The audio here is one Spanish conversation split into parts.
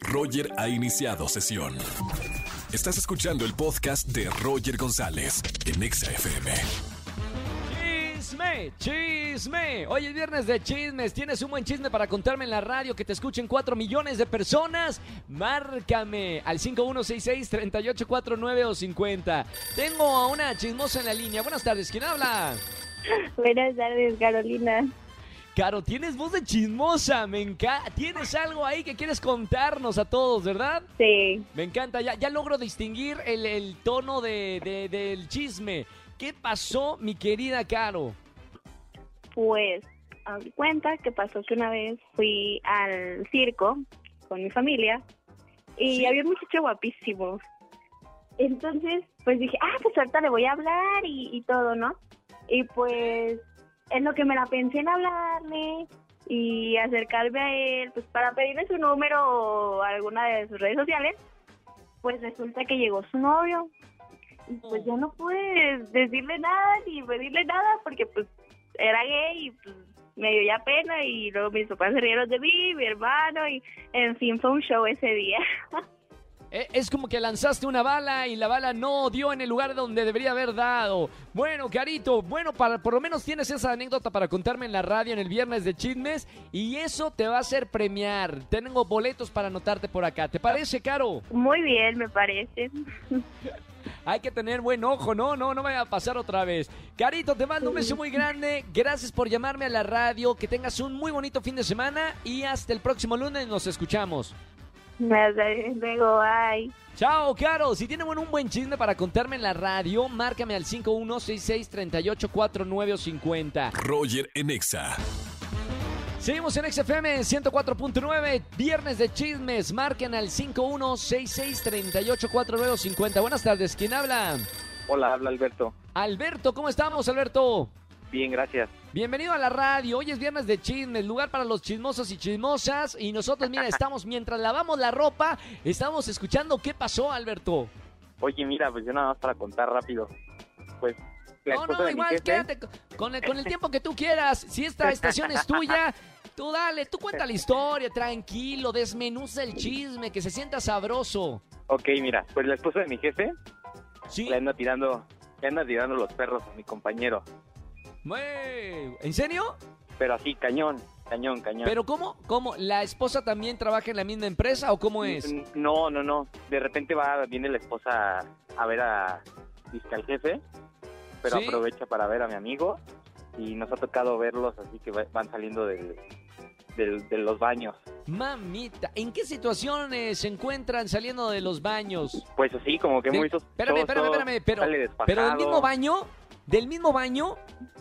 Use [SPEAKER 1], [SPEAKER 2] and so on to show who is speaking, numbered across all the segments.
[SPEAKER 1] Roger ha iniciado sesión. Estás escuchando el podcast de Roger González en EXA-FM.
[SPEAKER 2] Chisme, chisme. Hoy es viernes de chismes. ¿Tienes un buen chisme para contarme en la radio que te escuchen 4 millones de personas? Márcame al 5166-3849 o 50. Tengo a una chismosa en la línea. Buenas tardes, ¿quién habla?
[SPEAKER 3] Buenas tardes, Carolina.
[SPEAKER 2] Caro, tienes voz de chismosa, me encanta. Tienes algo ahí que quieres contarnos a todos, ¿verdad?
[SPEAKER 3] Sí,
[SPEAKER 2] Me encanta, ya, ya logro distinguir el, el tono de- de- del chisme. ¿Qué pasó, mi querida Caro?
[SPEAKER 3] pues haz de cuenta que pasó que una vez fui al circo con mi familia y
[SPEAKER 2] Sí.
[SPEAKER 3] había un muchacho guapísimo. Entonces, pues dije, ah, pues ahorita le voy a hablar y, y todo, ¿no? Y pues en lo que me la pensé en hablarle y acercarme a él, pues para pedirle su número o alguna de sus redes sociales, pues resulta que llegó su novio. Y pues yo no pude decirle nada ni pedirle nada porque pues era gay y pues, me dio ya pena y luego mis papás se rieron de mí, mi hermano y en fin fue un show ese día.
[SPEAKER 2] Eh, Es como que lanzaste una bala y la bala no dio en el lugar donde debería haber dado. Bueno, Carito, bueno, para, por lo menos tienes esa anécdota para contarme en la radio en el viernes de chismes y eso te va a hacer premiar. Tengo boletos para anotarte por acá. ¿Te parece, Caro?
[SPEAKER 3] Muy bien, me parece.
[SPEAKER 2] Hay que tener buen ojo, no, no, no vaya a pasar otra vez. Carito, te mando un beso muy grande. Gracias por llamarme a la radio. Que tengas un muy bonito fin de semana y hasta el próximo lunes nos escuchamos.
[SPEAKER 3] Hasta Luego, ay.
[SPEAKER 2] Chao, Caro. Si tienen un buen chisme para contarme en la radio, márcame al 5166-384950.
[SPEAKER 1] Roger en EXA.
[SPEAKER 2] Seguimos en XFM 104.9, viernes de chismes. Marquen al 5166-384950. Buenas tardes, ¿quién habla?
[SPEAKER 4] Hola, habla Alberto.
[SPEAKER 2] Alberto, ¿cómo estamos, Alberto?
[SPEAKER 4] Bien, gracias.
[SPEAKER 2] Bienvenido a la radio. Hoy es viernes de chismes, lugar para los chismosos y chismosas. Y nosotros, mira, estamos mientras lavamos la ropa, estamos escuchando qué pasó, Alberto.
[SPEAKER 4] Oye, mira, pues yo nada más para contar rápido. Pues la
[SPEAKER 2] No,
[SPEAKER 4] esposa
[SPEAKER 2] no,
[SPEAKER 4] de mi
[SPEAKER 2] igual,
[SPEAKER 4] jefe,
[SPEAKER 2] quédate co- con el, con el tiempo que tú quieras. Si esta estación es tuya, tú dale, tú cuenta la historia, tranquilo, desmenuza el chisme, que se sienta sabroso.
[SPEAKER 4] Ok, mira, pues la esposa de mi jefe
[SPEAKER 2] Sí.
[SPEAKER 4] le anda tirando, le anda tirando los perros a mi compañero.
[SPEAKER 2] Güey, ¿En serio?
[SPEAKER 4] Pero así, cañón, cañón, cañón.
[SPEAKER 2] ¿Pero cómo? ¿Cómo? ¿La esposa también trabaja en la misma empresa o cómo es?
[SPEAKER 4] N- No, no, no. De repente va, viene la esposa a ver a dizque al jefe, pero
[SPEAKER 2] Sí.
[SPEAKER 4] aprovecha para ver a mi amigo y nos ha tocado verlos así que va- van saliendo del- del- de los baños.
[SPEAKER 2] Mamita, ¿en qué situaciones se encuentran saliendo de los baños?
[SPEAKER 4] Pues así, como que
[SPEAKER 2] De-
[SPEAKER 4] muy sospechoso.
[SPEAKER 2] espérame, espérame, espérame, pero-
[SPEAKER 4] sale desfasado.
[SPEAKER 2] ¿Pero del mismo baño? ¿Del mismo baño?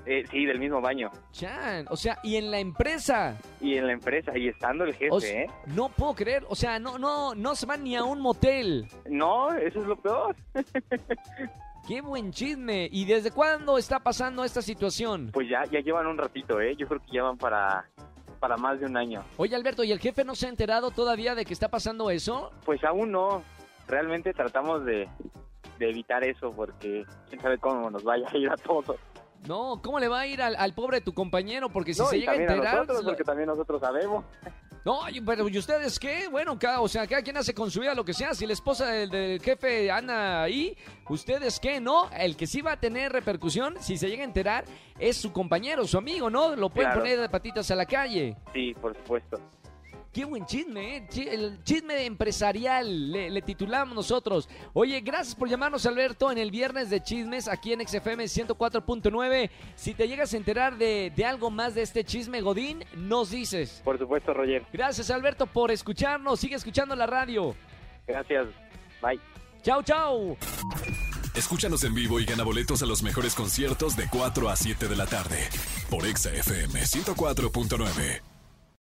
[SPEAKER 4] Eh, sí, del mismo baño.
[SPEAKER 2] Chan, o sea, y en la empresa.
[SPEAKER 4] Y en la empresa, y estando el jefe,
[SPEAKER 2] O sea,
[SPEAKER 4] ¿eh?
[SPEAKER 2] No puedo creer, o sea, no, no, no se van ni a un motel.
[SPEAKER 4] No, eso es lo peor.
[SPEAKER 2] Qué buen chisme. ¿Y desde cuándo está pasando esta situación?
[SPEAKER 4] Pues ya, ya llevan un ratito, ¿eh? Yo creo que ya van para, para más de un año.
[SPEAKER 2] Oye, Alberto, ¿y el jefe no se ha enterado todavía de que está pasando eso?
[SPEAKER 4] Pues aún no. Realmente tratamos de, de evitar eso porque quién sabe cómo nos vaya a ir a todos.
[SPEAKER 2] No, ¿cómo le va a ir al, al pobre de tu compañero? Porque si
[SPEAKER 4] no,
[SPEAKER 2] se
[SPEAKER 4] y
[SPEAKER 2] llega a
[SPEAKER 4] también
[SPEAKER 2] enterar. pues,
[SPEAKER 4] a nosotros,
[SPEAKER 2] lo-
[SPEAKER 4] porque también nosotros sabemos.
[SPEAKER 2] No, y- pero ¿y ustedes qué? Bueno, cada, o sea, cada quien hace con su vida lo que sea. Si la esposa del, del jefe anda ahí, ¿ustedes qué? No, el que sí va a tener repercusión, si se llega a enterar, es su compañero, su amigo, ¿no? Lo pueden
[SPEAKER 4] Claro.
[SPEAKER 2] poner de patitas a la calle.
[SPEAKER 4] Sí, por supuesto.
[SPEAKER 2] Qué buen chisme, ¿eh? Chi- el chisme empresarial, le, le titulamos nosotros. Oye, gracias por llamarnos, Alberto, en el viernes de chismes aquí en XFM 104.9. Si te llegas a enterar de, de algo más de este chisme, Godín, nos dices.
[SPEAKER 4] Por supuesto, Roger.
[SPEAKER 2] Gracias, Alberto, por escucharnos. Sigue escuchando la radio.
[SPEAKER 4] Gracias. Bye.
[SPEAKER 2] Chau, chau.
[SPEAKER 1] Escúchanos en vivo y gana boletos a los mejores conciertos de 4 a 7 de la tarde por EXA-FM 104.9.